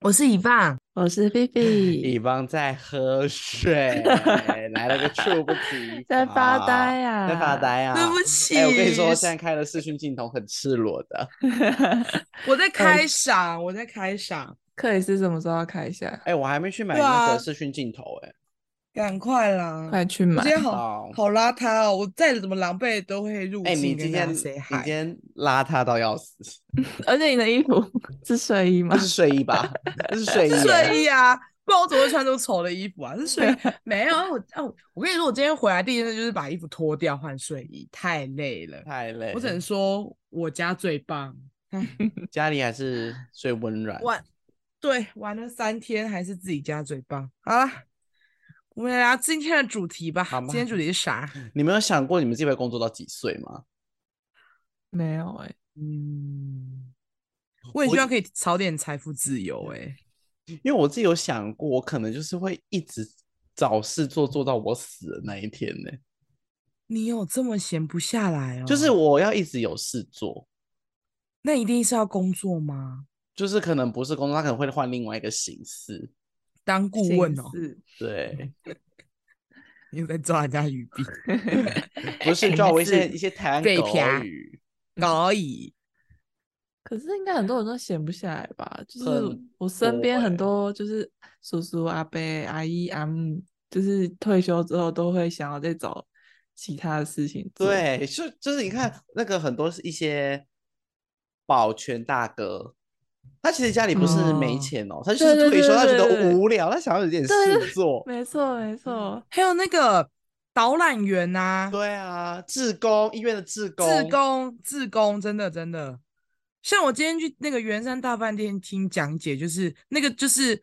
我是以棒，我是菲菲，以方在喝 水，来了个猝不及在发呆呀、呀、在发。呆啊！对不起，哎、我跟你说，现在开了视讯镜头很赤裸的。我嗯在开嗓，我在开嗓，克里斯什么时候要开一下？哎、我还没去买对啊那个视讯镜头、赶快啦！快去我买今！天哎、好哦好邋遢哦，我再怎么狼狈都会入哎、你侵今跟天大家你 say 今 hi。天邋遢到要死，而且你的衣服是睡衣吗这？是睡衣 吧？这是睡衣、是哎睡衣啊，不然我怎么会穿这么丑的衣服啊？是 睡衣没有啊我哦，我跟你说，我今天回来第一件事就是把衣服脱掉换睡衣，太累了。太累。我只能说我家最棒，家里还是最温暖。玩对玩了三天还是自己家最棒。好了，我们来聊今天的主题吧。好今吗天主题是啥？你们有想过你们自己会工作到几岁吗？没有哎、嗯，我也希望可以早点财富自由、欸。因为我自己有想过，我可能就是会一直找事做，做到我死的那一天呢、你有这么闲不下来哦？嗯就是我要一直有事做，那一定是要工作吗？就是可能不是工作，他可能会换另外一个形式。当顾问哦，形式 对，你有在抓人家鱼 币不哎是教我一些一些台湾被狗啪语，而已。可是应该很多人都闲不下来吧？就是很我身边多欸很多就是叔叔、阿伯、阿姨、阿姆，就是退休之后都会想要再找其他的事情做。，对，就就是你看那个很多是一些保全大哥，他其实家里不是没哦钱哦，他就是嗯对对退休，对他觉对得对无聊，他想要有点 对事做。没错没错，还有那个导览员呐、啊，对啊，志工医院的志工，志工，志工，真的真的。像我今天去那个圆山大饭店听讲解，就是那个就是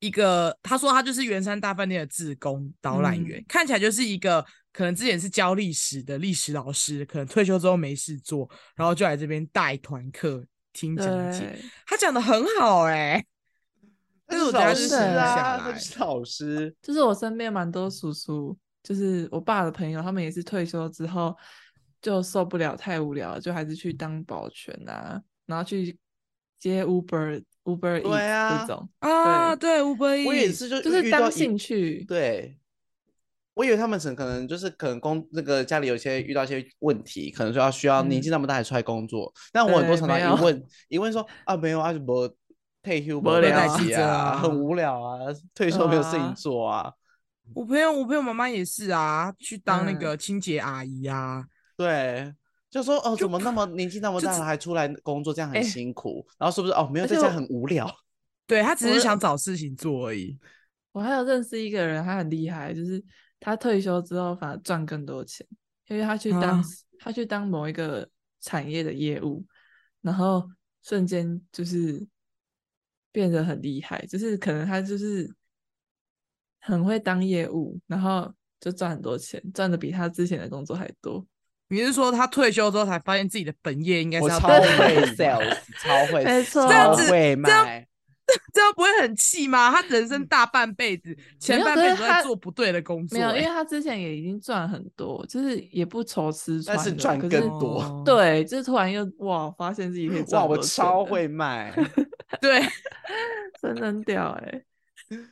一个，他说他就是圆山大饭店的志工导览员，看起来就是一个可能之前是教历史的历史老师，可能退休之后没事做，然后就来这边带团课听嗯讲解。对，他讲的很好哎、他但是是我等老下师就闲不下啊，他来是老师。就是我身边蛮多叔叔，就是我爸的朋友，他们也是退休之后就受不了太无聊了，就还是去当保全啊，然后去接 Uber、Uber 对 Eats 啊这种，啊，对，吴伯义，我也是就，就遇是到当一兴趣。对，我以为他们可可能就是可能工那个家里有些遇到一些问题，可能说要需要年纪那么大还出来工作。但我很多嗯对常常没一有问 一问说啊没有啊就没退休没代了啊志啊，很无聊啊，退休没有事对情啊做啊，我朋友，我朋友妈妈也是啊，去当那嗯个清洁阿姨啊，对。就说哦，怎么那么年纪那么就大只了还出来工作，这样很哎辛苦。然后是不是哦，没有而在且家我很无聊？对她只我是想找事情做而已。我还有认识一个人，他很厉害，就是他退休之后反而赚更多钱，因为他去当、啊他去当某一个产业的业务，然后瞬间就是变得很厉害，就是可能他就是很会当业务，然后就赚很多钱，赚的比他之前的工作还多。你是说他退休之后才发现自己的本业应该是我要超当会业务 sales，超 会，啊没错这超样子会这样卖。 这样不会很气吗？他人生大半辈子，前嗯没有半可辈是子都在他做不对的工作没有，因欸、为他之前也已经赚很多，就是也不愁吃穿但了，是赚可更是多哦对，就是突然又哇，发现自己可以哇，赚很我多钱超了会 卖，对， 真的很屌哎、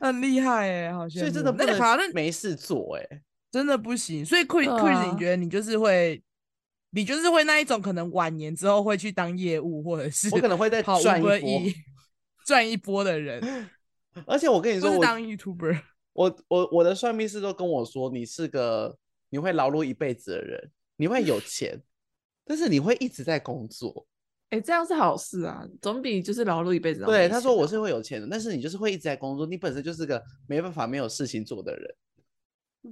很厉害哎、好像所以真的不那能个好像没事做哎。真的不行。所以 Chris 对 Chris，啊你觉得你就是会，你就是会那一种可能晚年之后会去当业务，或者是我可能会再跑赚一波 Uber E 赚一波的人，而且我跟你或说，是我当 YouTuber。我我我的算命师都跟我说，你是个你会劳碌一辈子的人，你会 有钱，但是你会一直在工作。哎、这样是好事啊，总比就是劳碌一辈子都对，没啊他钱说我好是会有钱的，但是你就是会一直在工作，你本身就是个没办法没有事情做的人。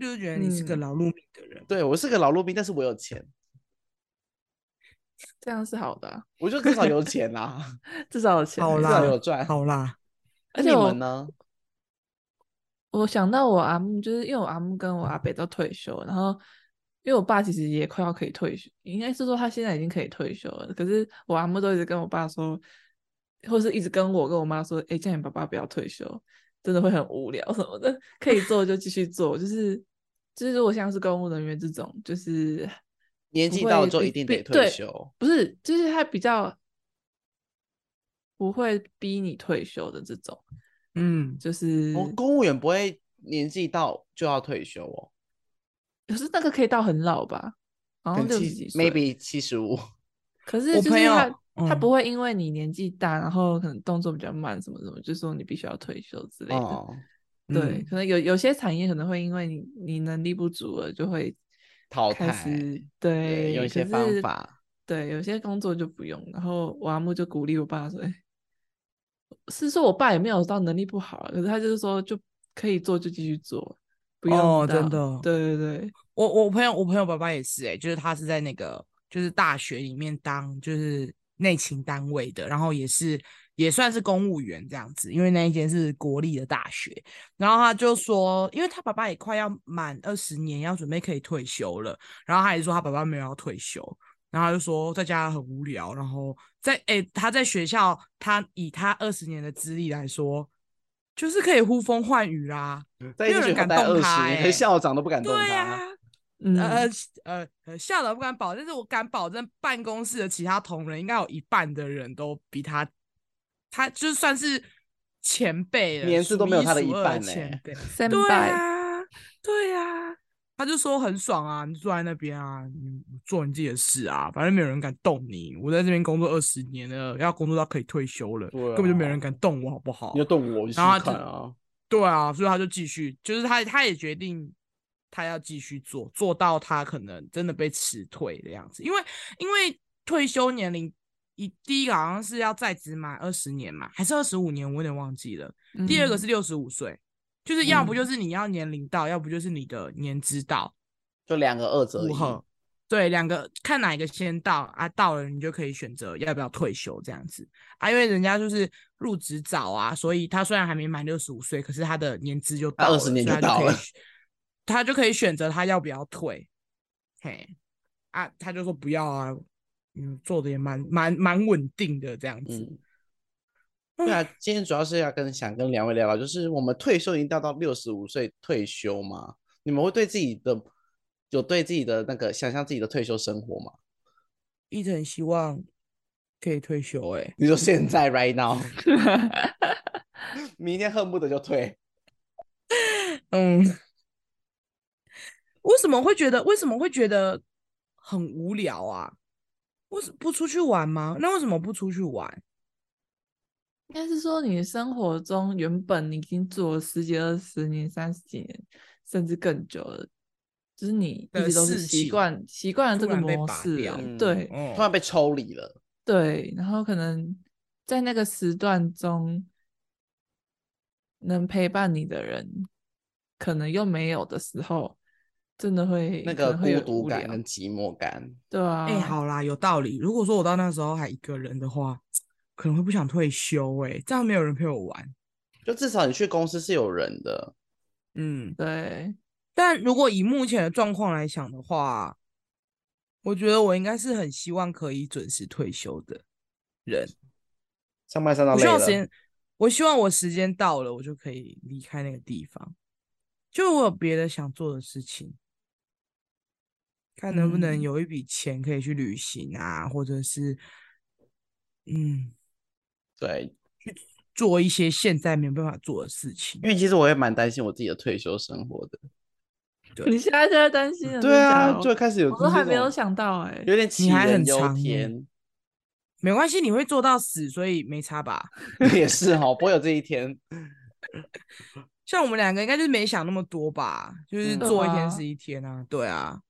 就是觉得你是个嗯劳碌命的人，对我是个劳碌命，但是我有钱，这样是好的啊、我就至 少有钱啦，至少有钱好没至啦错少有赚。好啦，那而且你我们呢？我想到我阿木，就是因为我阿木跟我阿北都退休，然后因为我爸其实也快要可以退休，应该是说他现在已经可以退休了。可是我阿木都一直跟我爸说，或是一直跟我跟我妈说，哎、叫你爸爸不要退休，真的会很无聊什么的，可以做就继续做，就是就是如果像是公务人员这种，就是年不纪到了会之后比一定比得退对休。哦不是，就是他比较不会逼你退休的这种，嗯，就是哦，公务员不会年纪到就要退休哦，可是那个可以到很老吧，好像可六能十七几岁。 maybe 七十五。可是我就朋是友他、他嗯不会因为你年纪大，然后可能动作比较慢什么什么，就说你必须要退休之类的。哦，对，嗯可能有有些产业可能会因为你你能力不足了，就会淘开汰始对对有一可些方是法对，有些工作就不用。然后我阿木就鼓励我爸说：“哎、是说我爸也没有到能力不好啊，可是他就是说就可以做就继续做，不用哦真到的哦对对对，我我朋友我朋友爸爸也是哎、就是他是在那个就是大学里面当就是内勤单位的，然后也是也算是公务员这样子，因为那一间是国立的大学。然后他就说，因为他爸爸也快要满二十年，要准备可以退休了，然后他也说他爸爸没有要退休，然后他就说在家很无聊，然后在诶、他在学校，他以他二十年的资历来说，就是可以呼风唤雨啦。在没一有个学人校敢待动二他十年，欸连校长都不敢动对啊呀、他。嗯，呃呃呃，校长不敢保，但是我敢保证，办公室的其他同仁应该有一半的人都比他，他就算是前辈了，年资数都没有他的数一二半欸呢前辈，三对拜，啊，对啊，他就说很爽啊，你坐在那边啊，你做你自己的事啊，反正没有人敢动你。我在这边工作二十年了，要工作到可以退休了，对根本就没啊有人敢动我，好不好你？要动我，我就试然后试他看就啊。对啊，所以他就继续，就是他他也决定他要继续做，做到他可能真的被辞退的样子，因为因为退休年龄一第一个好像是要在职满二十年嘛，还是二十五年，我有点忘记了。第二个嗯 是六十五岁，就是要不嗯就是你要年龄到，要不就是你的年资到，就两个二择符一，合。对，两个看哪一个先到啊，到了你就可以选择要不要退休这样子啊，因为人家就是入职早啊，所以他虽然还没满六十五岁，可是他的年资就他到了， 20年所以就他到可以了选，他就可以选择他要不要退。嘿，啊，他就说不要啊，嗯，做的也蛮蛮蛮稳定的这样子。嗯。对啊，今天主要是要跟想跟两位聊聊，就是我们退休已经到到六十五岁退休嘛，你们会对自己的有对自己的那个想象自己的退休生活吗？一直很希望可以退休、欸，你说现在 right now，明天恨不得就退，嗯， 为什么会觉得为什么会觉得很无聊啊？为什不出去玩吗？那为什么不出去玩？应该是说你的生活中原本你已经做了十几、二十年、三十几年，甚至更久了，就是你一的直都是事习情惯习惯了突这个然被模拔式掉了，嗯对突然被抽离了，对，然后可能在那个时段中能陪伴你的人，可能又没有的时候，真的会那可个能会孤有独无感聊跟寂寞感。对啊，哎、好啦，有道理。如果说我到那时候还一个人的话，可能会不想退休、欸。哎，这样没有人陪我玩。就至少你去公司是有人的，嗯，对， 但如果以目前的状况来想的话，我觉得我应该是很希望可以准时退休的人。上班上到我累希望了时，间，我希望我时间到了，我就可以离开那个地方。就我有别的想做的事情，看能不能嗯有一笔钱可以去旅行啊，或者是嗯，对，做一些现在没有办法做的事情因。为其实我也蛮担心我自己的退休生活的。你现在就在担心了，真对假啊，的就开始有我都还这没有种想到哎有点杞还人很忧长耶天， 没关系，你会做到死，所以没差吧？也是哈，不会有这一天。像我们两个应该就是没想那么多吧，就是嗯做一天啊是一天啊，对啊。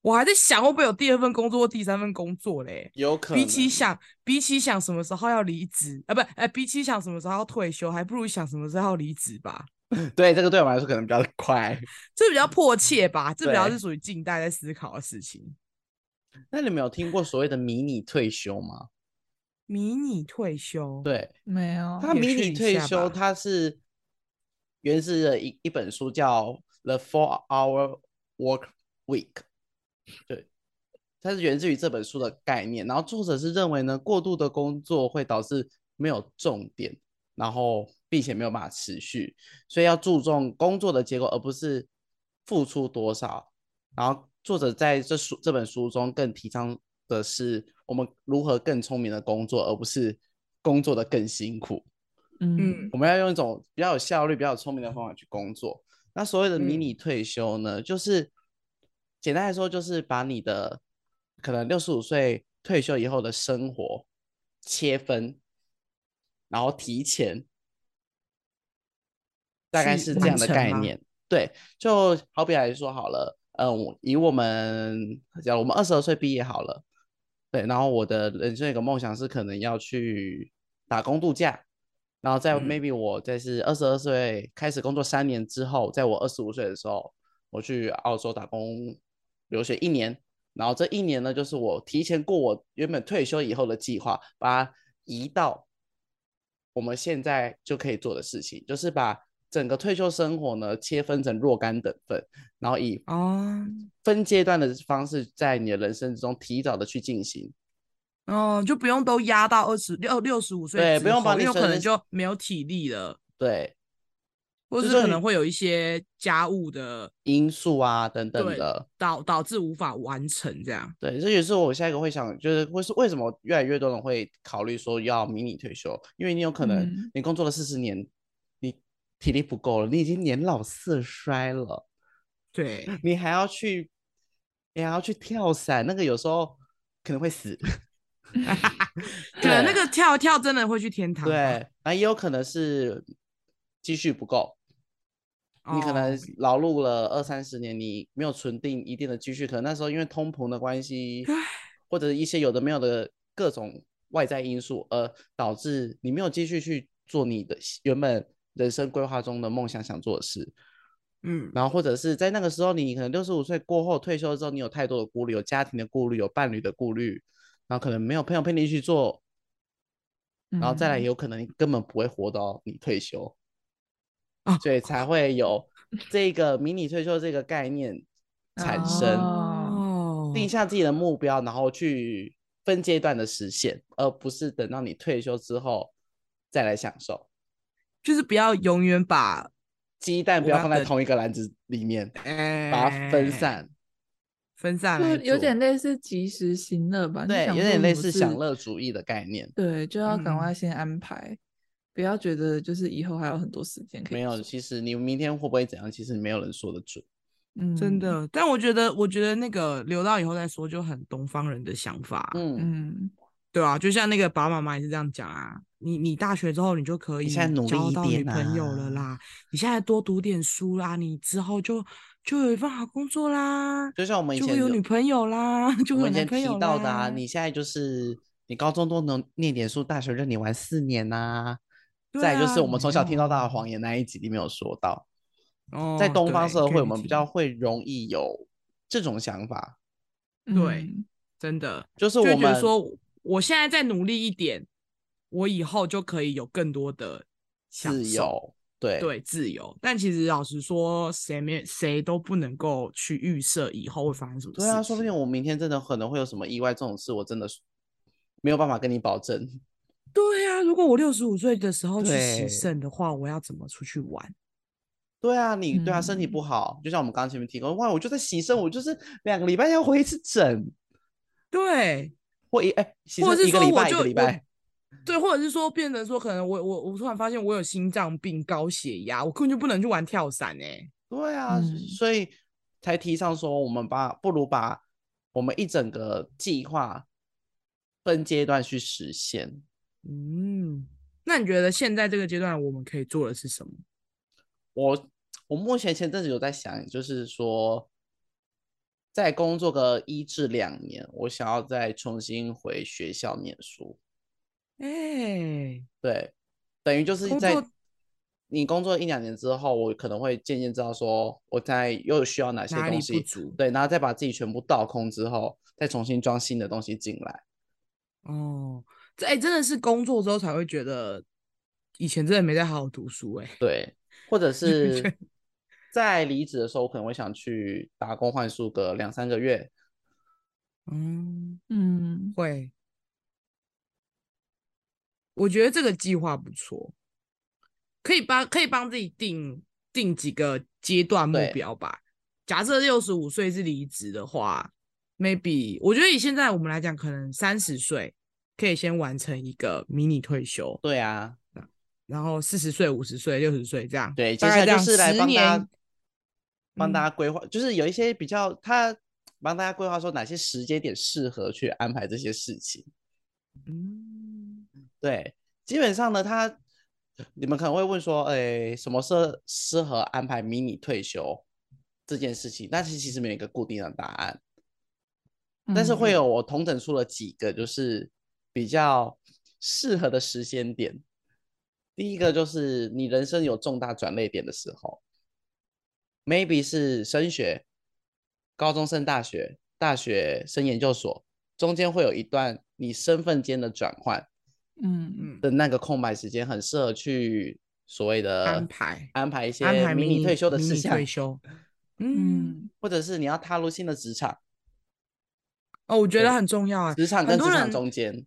我还在想会不会有第二份工作或第三份工作嘞。有可能比起想，比起想什么时候要离职啊，不，呃，比起想什么时候要退休，还不如想什么时候要离职吧，对这个对我们来说可能比较快。 这比较迫切吧，这比较对是属于近代在思考的事情。那你们有听过所谓的迷你退休吗？迷你退休，对，没有，他哦也迷是你一退下休，吧他是源自的一一本书叫《The Four Hour Work Week》，对，它是源自于这本书的概念。然后作者是认为呢，过度的工作会导致没有重点，然后并且没有办法持续，所以要注重工作的结果，而不是付出多少。然后作者在这书这本书中更提倡的是，我们如何更聪明的工作，而不是工作的更辛苦。嗯嗯我们要用一种比较有效率、比较有聪明的方法去工作。那所谓的迷嗯你退休呢，就是简单来说，就是把你的可能六十五岁退休以后的生活切分，然后提前，大概去是这完样的成概吗念。对，就好比来说好了，嗯，我以我们假如我们二十二岁毕业好了，对，然后我的人生有个梦想是可能要去打工度假，然后在嗯 maybe 我在是二十二岁开始工作三年之后，在我二十五岁的时候，我去澳洲打工留学一年，然后这一年呢，就是我提前过我原本退休以后的计划，把它移到我们现在就可以做的事情，就是把整个退休生活呢切分成若干等份，然后以哦分阶段的方式，在你的人生之中提早的去进行。哦，就不用都压到二十六六十五岁对之不用把后你因为随可能身就没有体力了，对，或就是对可于能会有一些家务的因素啊等等对的，导导致无法完成这样。对，这也是我下一个会想，就是为是为什么越来越多人会考虑说要迷你退休，因为你有可能嗯你工作了四十年，你体力不够了，你已经年老色衰了，对，你还要去，你还要去跳伞，那个有时候可能会死。可能那对个跳一跳真的会去天堂吧。对，那也有可能是积蓄不够，你可能哦劳碌了二三十年，你没有存定一定的积蓄，可能那时候因为通膨的关系，或者一些有的没有的各种外在因素，而导致你没有继续去做你的原本人生规划中的梦想想做的事。嗯，然后或者是在那个时候，你可能六十五岁过后退休之后，你有太多的顾虑，有家庭的顾虑，有伴侣的顾虑，然后可能没有朋友陪你一起做，然后再来嗯有可能你根本不会活到你退休，哦所以才会 有这个迷你退休这个概念产生，哦哦，定下自己的目标，然后去分阶段的实现，而不是等到你退休之后再来享受。就是不要永远把鸡蛋不我要要放在等同一个篮子里面，把把它分哎散。哎分散来就有做点类似及时行乐吧，你对，想有做点什类么似享事乐主义的概念。对，就要赶快嗯先安排，不要觉得就是以后还有很多时间可以没有，做其实你明天会不会怎样，其实没有人说得准。真嗯，的，但我觉得，我觉得那个留到以后再说，就很东方人的想法，嗯，嗯，对啊，就像那个爸爸妈妈也是这样讲啊，你你大学之后你就可以你现在努力交一到女点朋友了啊啦，你现在多读点书啦，你之后就就有一份好工作啦，就像我们以就前会有女朋友啦， 就我会们以有男前朋提友到的啊，啦你现在就是你高中都能念点书，大学任你玩四年呐、对再来就是啊我们从没小听到大的有谎言那一集里面有说到，哦，在东方对社可会，以我们提比较会容易有这种想法，对嗯，真的，就是就会我觉们得说我现在再努力一点，我以后就可以有更多的享自受。由，对对自由，但其实老实说，谁没谁都不能够去预设以后会发生什么事对情。啊，说不定我明天真的可能会有什么意外，这种事我真的是没有办法跟你保证。对啊，如果我六十五岁的时候去对洗肾的话，我要怎么出去玩？对啊，你对啊，身体不嗯好，就像我们刚刚前面提过，哇，我就在洗肾，我就是两个礼拜要回一次诊，对，或一哎，洗或肾者是一个说礼我拜一就个礼我拜，对，或者是说变成说，可能我我我突然发现我有心脏病、高血压，我根本就不能去玩跳伞哎、对啊，嗯所以才提倡说，我们把不如把我们一整个计划分阶段去实现。嗯，那你觉得现在这个阶段我们可以做的是什么？我我目前前阵子有在想，就是说，再工作个一至两年，我想要再重新回学校念书。哎、对，等于就是工在作你工作一两年之后，我可能会渐渐知道说我在又需要哪些哪东里不西，足？对，然后再把自己全部倒空之后，再重新装新的东西进来。哦，这哎、真的是工作之后才会觉得，以前真的没在好好读书哎、对，或 者觉是得在离职的时候，我可能会想去打工换宿个两三个月。嗯，嗯，会。我觉得这个计划不错，可以帮可以帮自己定定几个阶段目对标吧。假设六十五岁是离职的话，maybe 我觉得以现在我们来讲，可能三十岁可以先完成一个迷你退休，对啊，然后四十岁、五十岁、六十岁这样，对，接大下来概这就样是来十帮大年家。帮大嗯家规划，就是有一些比较他帮大家规划说哪些时间点适合去安排这些事情。嗯，对，基本上呢，他你们可能会问说，诶，什么时候适合安排迷你退休这件事情？但是其实没有一个固定的答案，但是会嗯有我统整出了几个就是比较适合的时间点。第一个就是你人生有重大转捩点的时候，maybe 是升学，高中升大学，大学升研究所，中间会有一段你身份间的转换。嗯嗯嗯的那个空白时间，很适合去所谓的安排安排呃一些安排迷你退休的迷事你项退，休，嗯，嗯或者是你要踏入新的职场，哦，我觉得对很重要啊。职场很跟多职场人中间，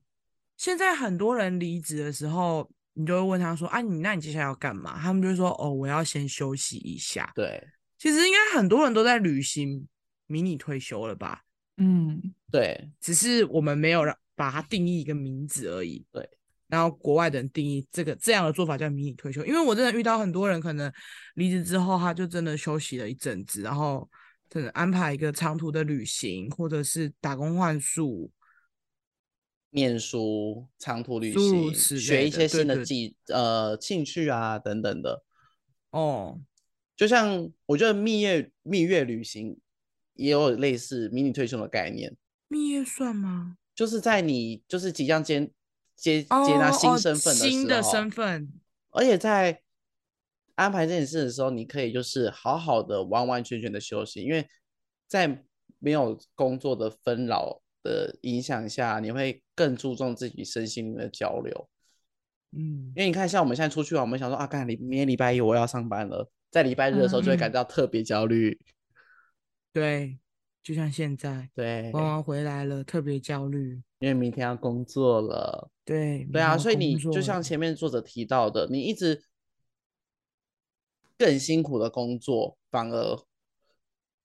现在很多人离职的时候，你就会问他说：“啊，你那你接下来要干嘛？”他们就会说：“哦，我要先休息一下。对”其实应该很多人都在履行迷你退休了吧，嗯对只是我们没有让把它定义一个名字而已。对。然后国外的人定义这个这样的做法叫迷你退休，因为我真的遇到很多人，可能离职之后他就真的休息了一阵子，然后真的安排一个长途的旅行，或者是打工换宿，念书、长途旅诸如行、此学类一的些对新的对技呃兴趣啊等等的。哦，就像我觉得蜜月蜜月旅行也有类似迷你退休的概念，蜜月算吗？就是在你就是即将接接接纳哦新哦身份的时候，新的身份，而且在安排这件事的时候，你可以就是好好的完完全全的休息，因为在没有工作的纷扰的影响下，你会更注重自己身心灵的交流。嗯因为你看，像我们现在出去玩，我们想说啊，干礼明天礼拜一我要上班了，在礼拜日的时候就会感嗯到特别焦虑。，对，就像现在对，玩完回来了，特别焦虑。因为明天要工作了。对，对然啊，后所以工你就作像了前面作者提到的，你一直更辛苦的工作，反而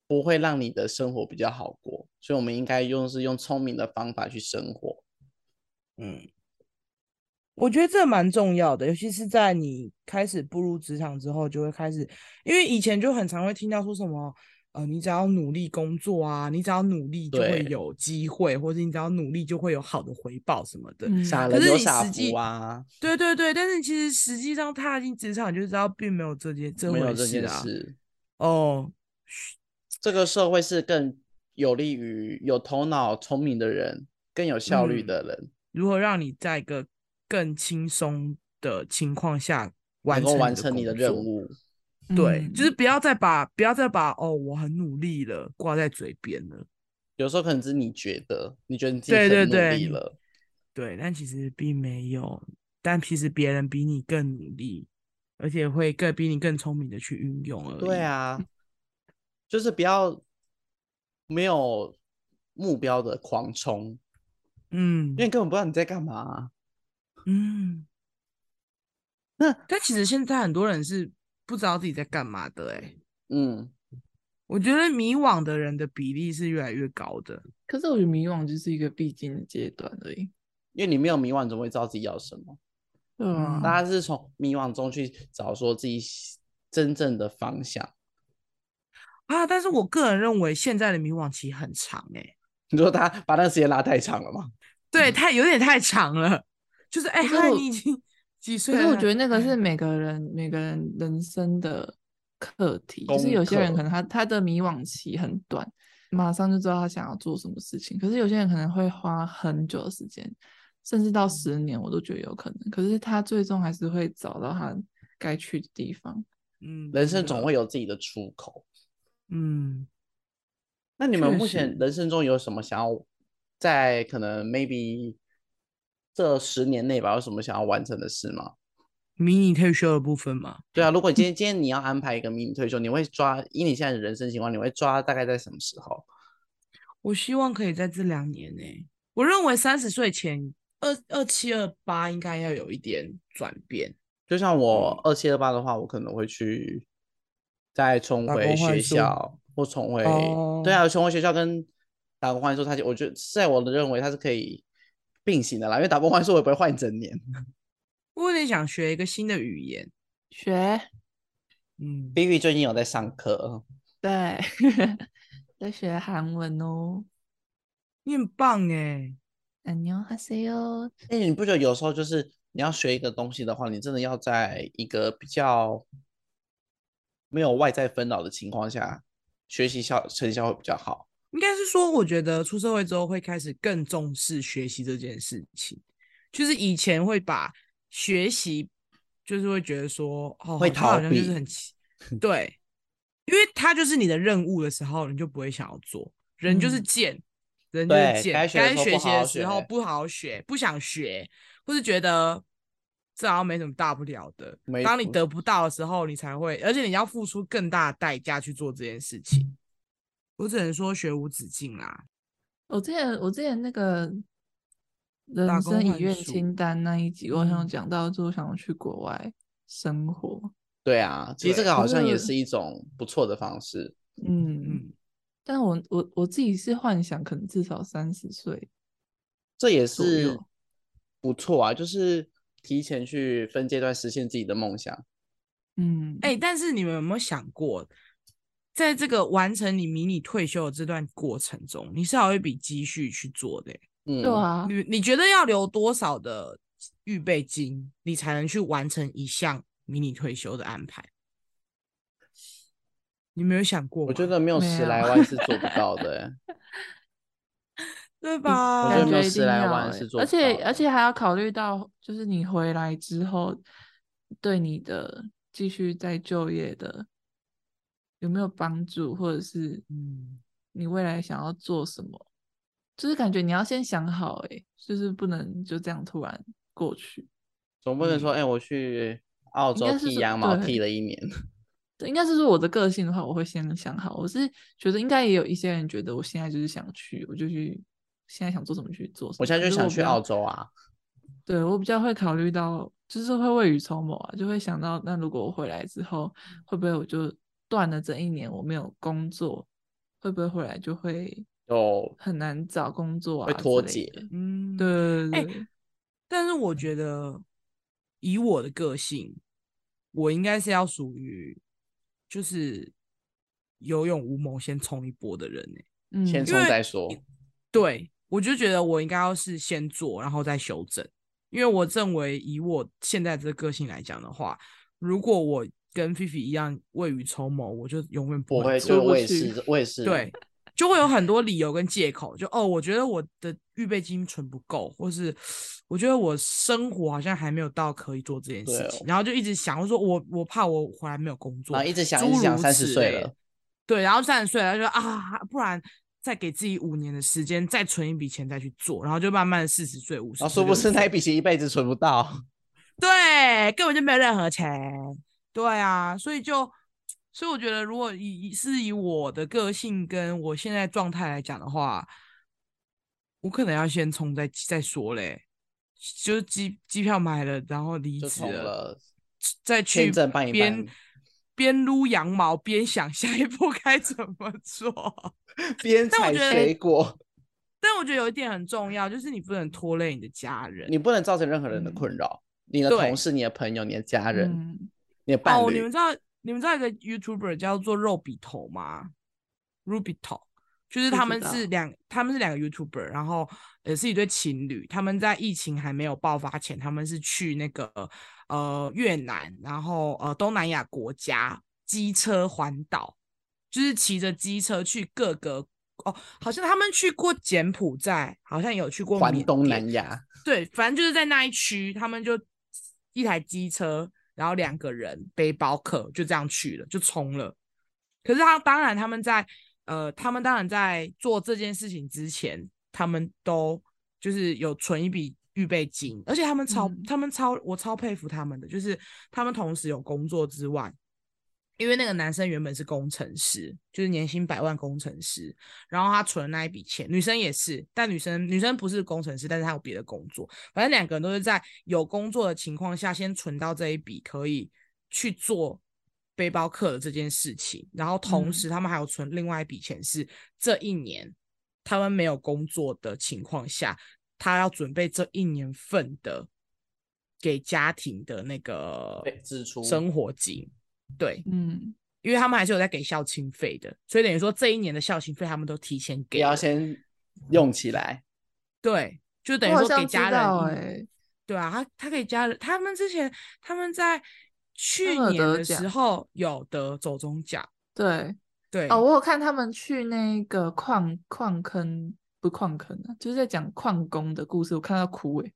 不会让你的生活比较好过。所以，我们应该用是用聪明的方法去生活。嗯，我觉得这蛮重要的，尤其是在你开始步入职场之后，就会开始，因为以前就很常会听到说什么，呃，你只要努力工作啊，你只要努力就会对有机会，或者你只要努力就会有好的回报什么的。嗯傻可人是有你傻实际福啊，对对对，但是其实实际上踏进职场，你就知道并没有这件这没有回这件啊。事。哦，这个社会是更有利于有头脑、聪明的人，更有效率嗯的人，如何让你在一个更轻松的情况下能完够成完成你的工任作？务。对，嗯就是不要再把不要再把哦，我很努力了挂在嘴边了。有时候可能只是你觉得，你觉得你自己很对对努对力你了，对，但其实并没有，但其实别人比你更努力，而且会更比你更聪明的去运用而已。对，啊，就是不要没有目标的狂冲，嗯因为你根本不知道你在干嘛啊。嗯。那但其实现在很多人是不知道自己在干嘛的、欸，哎，嗯，我觉得迷惘的人的比例是越来越高的。可是我觉得迷惘就是一个必经的阶段而已。因为你没有迷惘，怎么会知道自己要什么？对嗯啊，大家是从迷惘中去找说自己喜真正的方向。啊，但是我个人认为现在的迷惘期很长哎、你说他把那个时间拉太长了吗？对，太有点太长了，就是哎，可是嗨我你已经几岁可了？是我觉得那个哎是每个人每个人人生的课题，就是功有些人课可能他他的迷惘期很短，马上就知道他想要做什么事情，可是有些人可能会花很久的时间，甚至到十年，我都觉得有可能。可是他最终还是会找到他该去的地方。嗯，人真生总的会有自己的出口。嗯，那你们确目前实人生中有什么想要在可能 maybe 这十年内吧，有什么想要完成的事吗？迷你退休的部分吗？对啊，如嗯果今天今天你要安排一个迷你退休，你会抓以你现在的人生情况，你会抓大概在什么时候？我希望可以在这两年内、我认为三十岁前二二七二八应该要有一点转变。就像我嗯二七二八的话，我可能会去再重打回工换学宿哦校，或重回、对啊，重回学校跟打工换宿，它就我觉得在我的认为它是可以并行的啦，因为打工换宿我也不会换一整年。我有点想学一个新的语言，学嗯， B B 最近有在上课，对， 在学韩文哦。你很棒哎、 안녕하세요。哎，你不觉得有时候就是你要学一个东西的话，你真的要在一个比较没有外在纷扰的情况下，学习效成效会比较好。应该是说，我觉得出社会之后会开始更重视学习这件事情，就是以前会把学习，就是会觉得说，哦，会好像好逃像就是避很奇，对，因为它就是你的任务的时候，你就不会想要做，人就是嗯贱，人就是对贱，该学的时候学不习好好的时候学不好好学，不想学，或是觉得这好像没什么大不了的没。当你错得不到的时候，你才会，而且你要付出更大的代价去做这件事情。我只能说学无止境啦。我之前我之前那个打人工生遗换愿宿清单那一集，我好像有嗯讲到，就是想要去国外生活。对啊，其实这对个好可像也是是一种不错的方式。嗯，嗯，但我我我自己是幻想，可能至少三十岁。这也左是右不错啊，就是提前去分阶段实现自己的梦想。嗯，哎、但是你们有没有想过，在这个完成你迷你退休的这段过程中，你是要有一笔积蓄去做的欸、嗯，对啊，你你觉得要留多少的预备金，你才能去完成一项迷你退休的安排？你没有想过吗？我觉得没有没十有来万是做不到的 欸、对我吧？觉得感没有觉一十定来要万欸是做而不且到而的且还要考虑到，就是你回来之后，对你的继续再就业的有没有帮助，或者是嗯，你未来想要做什么，就是感觉你要先想好、欸，就是不能就这样突然过去。总不能说，哎、我去澳嗯应洲该是剃说羊毛对剃了一年， 对应该是说我的个性的话，我会先想好。我是觉得应该也有一些人觉得我现在就是想去，我就去现在想做什么去做什么。我现在可就是想我比去较澳洲啊。对我比较会考虑到，就是会未雨绸缪啊，就会想到，那如果我回来之后，嗯会不会我就断了这一年，我没有工作，会不会回来就会有很难找工作啊？会脱节的。嗯，对对哎对对，但是我觉得，以我的个性，我应该是要属于就是有勇无谋，先冲一波的人呢、嗯，先因冲为再说，对我就觉得我应该要是先做，然后再修正，因为我认为以我现在这个个性来讲的话，如果我跟菲菲一样未雨绸缪，我就永远不我会，做对出不我也去是，我也是。对，就会有很多理由跟借口，就哦，我觉得我的预备金存不够，或是我觉得我生活好像还没有到可以做这件事对哦情，然后就一直想，我说我我怕我回来没有工作然后，一直想，一诸直想，如三十此岁类了，对，然后三十岁了，他就说啊，不然再给自己五年的时间，再存一笔钱再去做，然后就慢慢四十岁、五十，然后殊不知那一笔钱一辈子存不到。 对，根本就没有任何钱。对啊，所以就，所以我觉得，如果以以是以我的个性跟我现在状态来讲的话，我可能要先冲再再说嘞，就是机机票买了，然后离就职冲了再签去证办一边办边撸羊毛边想下一步该怎么做。 边但我采觉得水果，但我觉得有一点很重要，就是你不能拖累你的家人你。不能造成任何人的嗯困扰，你的对同事、你的朋友、你的家人、嗯，你的伴哦，你侣们。知道你们知道一个 YouTuber 叫做肉笔头吗？Ruby 头，就是不他知们是道两，他们是两个 YouTuber，然后也是一对情侣。他们在疫情还没有爆发前，他们是去那个呃越南，然后呃东南亚国家机车环岛，就是骑着机车去各个。哦，好像他们去过柬埔寨，好像有去过环缅东甸南亚，对，反正就是在那一区，他们就一台机车，然后两个人背包客就这样去了，就冲了。可是他当然他们在呃，他们当然在做这件事情之前，他们都就是有存一笔预备金，而且他们超、嗯他们超我超佩服他们的，就是他们同时有工作之外，因为那个男生原本是工程师，就是年薪百万工程师，然后他存了那一笔钱，女生也是，但女生女生不是工程师，但是她有别的工作，反正两个人都是在有工作的情况下先存到这一笔可以去做背包客的这件事情，然后同嗯时他们还有存另外一笔钱是这一年他们没有工作的情况下，他要准备这一年份的给家庭的那个对支出生活金，对，嗯，因为他们还是有在给校庆费的，所以等于说这一年的校庆费他们都提前不给要了，先用起来。对，就等于我好说给像知家人道一哎、对啊，他他给家人，他们之前他们在去们有年得的时奖候有得走中奖，对，对，哦，我有看他们去那个矿矿坑，不是矿坑啊，就是在讲矿工的故事，我看到哭哎、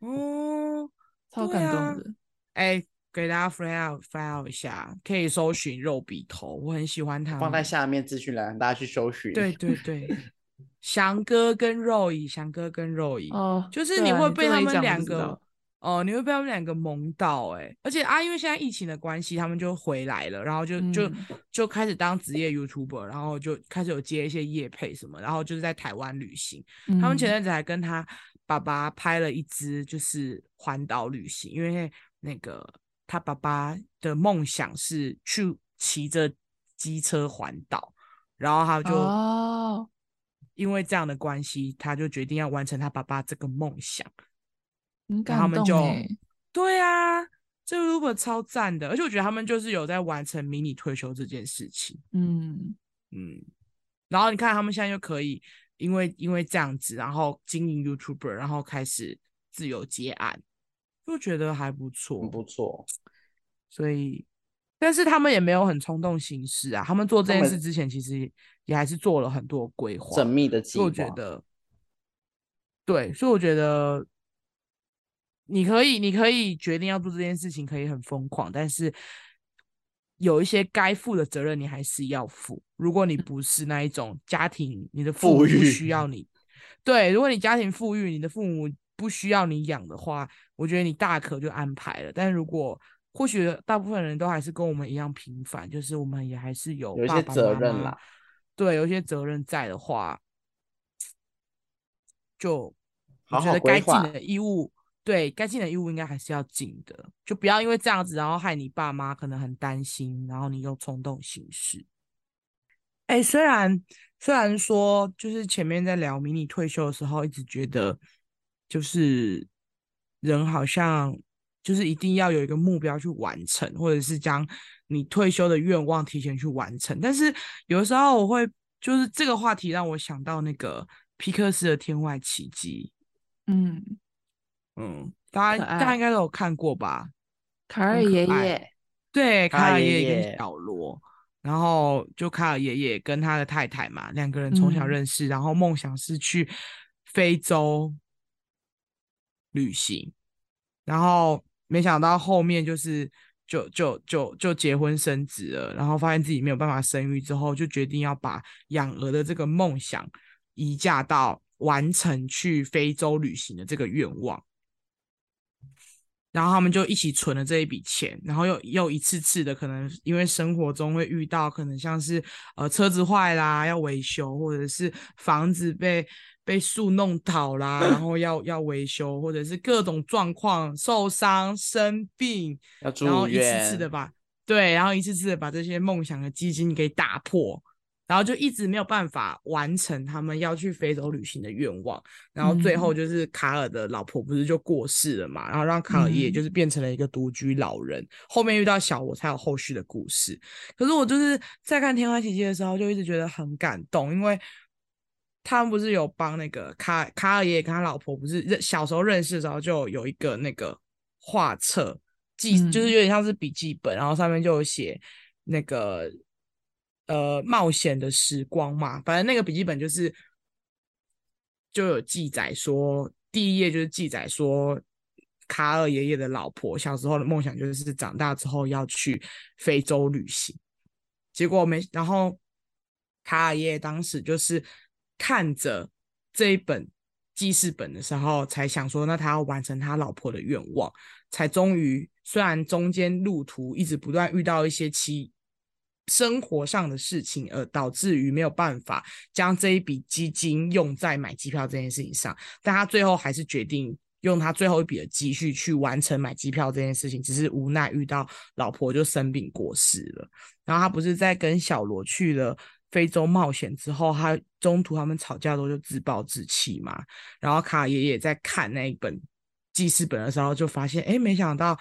哦，超对感啊动的。哎，给大家 fly out fly out 一下，可以搜寻肉笔头，我很喜欢他放在们下面资讯栏，大家去搜寻。嗯对，对对， 翔哥跟肉姨，翔哥跟肉姨，哦，就是对你啊会你被这么他一们讲我两就知个道哦，你会被他们两个萌到哎、而且啊，因为现在疫情的关系，他们就回来了，然后就就、嗯就开始当职业 YouTuber，然后就开始有接一些业配什么，然后就是在台湾旅行。他们前嗯阵子还跟他爸爸拍了一支就是环岛旅行，因为那个他爸爸的梦想是去骑着机车环岛，然后他就哦，因为这样的关系，他就决定要完成他爸爸这个梦想。很然后他感们动就哎、对啊，这个 Uber 超赞的，而且我觉得他们就是有在完成迷你退休这件事情，嗯，嗯，然后你看他们现在就可以因为因为这样子，然后经营 YouTuber，然后开始自由接案，就觉得还不错，很不错。所以。但是他们也没有很冲动行事啊，他们做他这件们事之前，其实也也还是做了很多规划，缜密的计所以划，我觉得，对，所以我觉得你可以，你可以决定要做这件事情，可以很疯狂，但是有一些该负的责任你还是要负。如果你不是那一种家庭，你的父母嗯富不裕需要你，对，如果你家庭富裕，你的父母不需要你养的话，我觉得你大可就安排了。但如果或许大部分人都还是跟我们一样平凡，就是我们也还是有有一爸些爸责妈任妈啦。对，有一些责任在的话，就我好觉好得规该尽划的义务，对该尽的义务应该还是要尽的，就不要因为这样子，然后害你爸妈可能很担心，然后你又冲动行事。哎，虽然虽然说，就是前面在聊迷你退休的时候，一直觉得就是人好像就是一定要有一个目标去完成，或者是将你退休的愿望提前去完成。但是有的时候我会就是这个话题让我想到那个皮克斯的《天外奇迹》，嗯，嗯，大家可爱大家应该都有看过吧？卡尔很可爷爱爷，对，卡卡尔尔爷爷爷爷跟小罗，然后就卡尔爷爷跟他的太太嘛，两个人从小嗯认识，然后梦想是去非洲旅行，然后没想到后面就是就就就就结婚生子了，然后发现自己没有办法生育之后，就决定要把养鹅的这个梦想移嫁到完成去非洲旅行的这个愿望。然后他们就一起存了这一笔钱，然后又又一次次的可能因为生活中会遇到，可能像是呃车子坏啦要维修，或者是房子被被树弄倒啦，然后要要维修，或者是各种状况受伤生病，要然后住一院，次次的把对，然后一次次的把这些梦想的基金给打破，然后就一直没有办法完成他们要去非洲旅行的愿望，然后最后嗯就是卡尔的老婆不是就过世了嘛，然后让卡尔也嗯就是变成了一个独居老人，后面遇到小我才有后续的故事。可是我就是在看《天外奇迹》的时候，就一直觉得很感动，因为他们不是有帮那个卡卡尔爷爷跟他老婆，不是认小时候认识的时候就有一个那个画册记，就是嗯有点像是笔记本，然后上面就有写那个呃冒险的时光嘛，反正那个笔记本就是就有记载说，第一页就是记载说。卡尔爷爷的老婆小时候的梦想就是长大之后要去非洲旅行，结果没，然后卡尔爷爷当时就是看着这一本记事本的时候，才想说，那他要完成他老婆的愿望，才终于虽然中间路途一直不断遇到一些其生活上的事情，而导致于没有办法将这一笔基金用在买机票这件事情上，但他最后还是决定用他最后一笔的积蓄去完成买机票这件事情，只是无奈遇到老婆就生病过世了。然后他不是在跟小罗去了非洲冒险之后，他中途他们吵架的时候就自暴自弃嘛。然后卡爷爷在看那一本记事本的时候，就发现，哎，没想到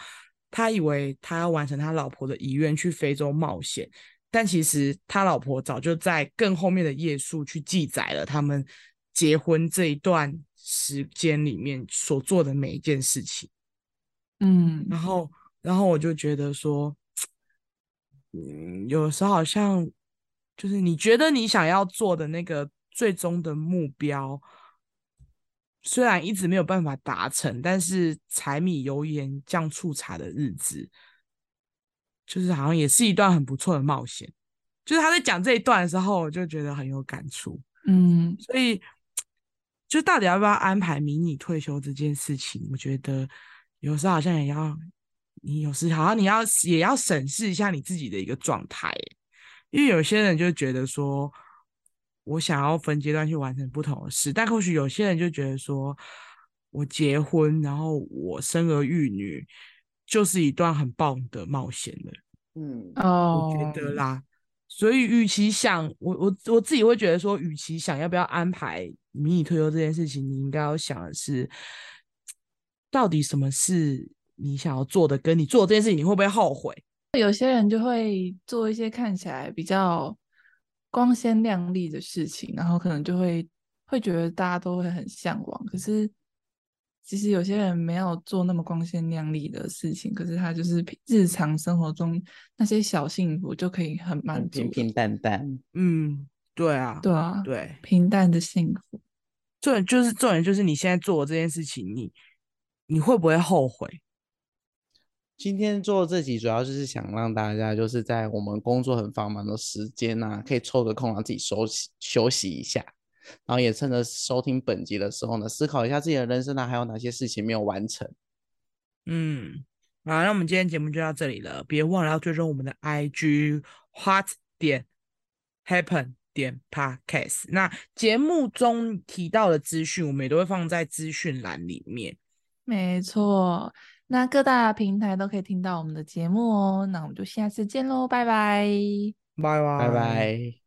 他以为他要完成他老婆的遗愿去非洲冒险，但其实他老婆早就在更后面的页数去记载了他们结婚这一段时间里面所做的每一件事情。嗯，然后，然后我就觉得说，嗯，有时候好像就是你觉得你想要做的那个最终的目标，虽然一直没有办法达成，但是柴米油盐酱醋茶的日子，就是好像也是一段很不错的冒险。就是他在讲这一段的时候，我就觉得很有感触。嗯，所以，就到底要不要安排迷你退休这件事情，我觉得有时候好像也要，你有时好像你要也要审视一下你自己的一个状态耶，因为有些人就觉得说，我想要分阶段去完成不同的事，但或许有些人就觉得说，我结婚，然后我生儿育女，就是一段很棒的冒险了。嗯，哦，我觉得啦。所以，与其想我我我自己会觉得说，与其想要不要安排迷你退休这件事情，你应该要想的是，到底什么是你想要做的，跟你做这件事情你会不会后悔？有些人就会做一些看起来比较光鲜亮丽的事情，然后可能就会会觉得大家都会很向往。可是其实有些人没有做那么光鲜亮丽的事情，可是他就是平日常生活中那些小幸福就可以很满很足平了。平淡淡，嗯，对啊，对啊，对，平淡的幸福。重点就是重点就是你现在做的这件事情，你你会不会后悔？今天做这集主要就是想让大家就是在我们工作很繁忙的时间啊，可以抽个空让自己休息休息一下，然后也趁着收听本集的时候呢，思考一下自己的人生啊，还有哪些事情没有完成。嗯，好，那我们今天节目就到这里了，别忘了要追踪我们的 IG hot 点 happen 点 podcast。那节目中提到的资讯，我们也都会放在资讯栏里面。没错，那各大平台都可以听到我们的节目哦。那我们就下次见喽，拜拜。拜拜拜拜。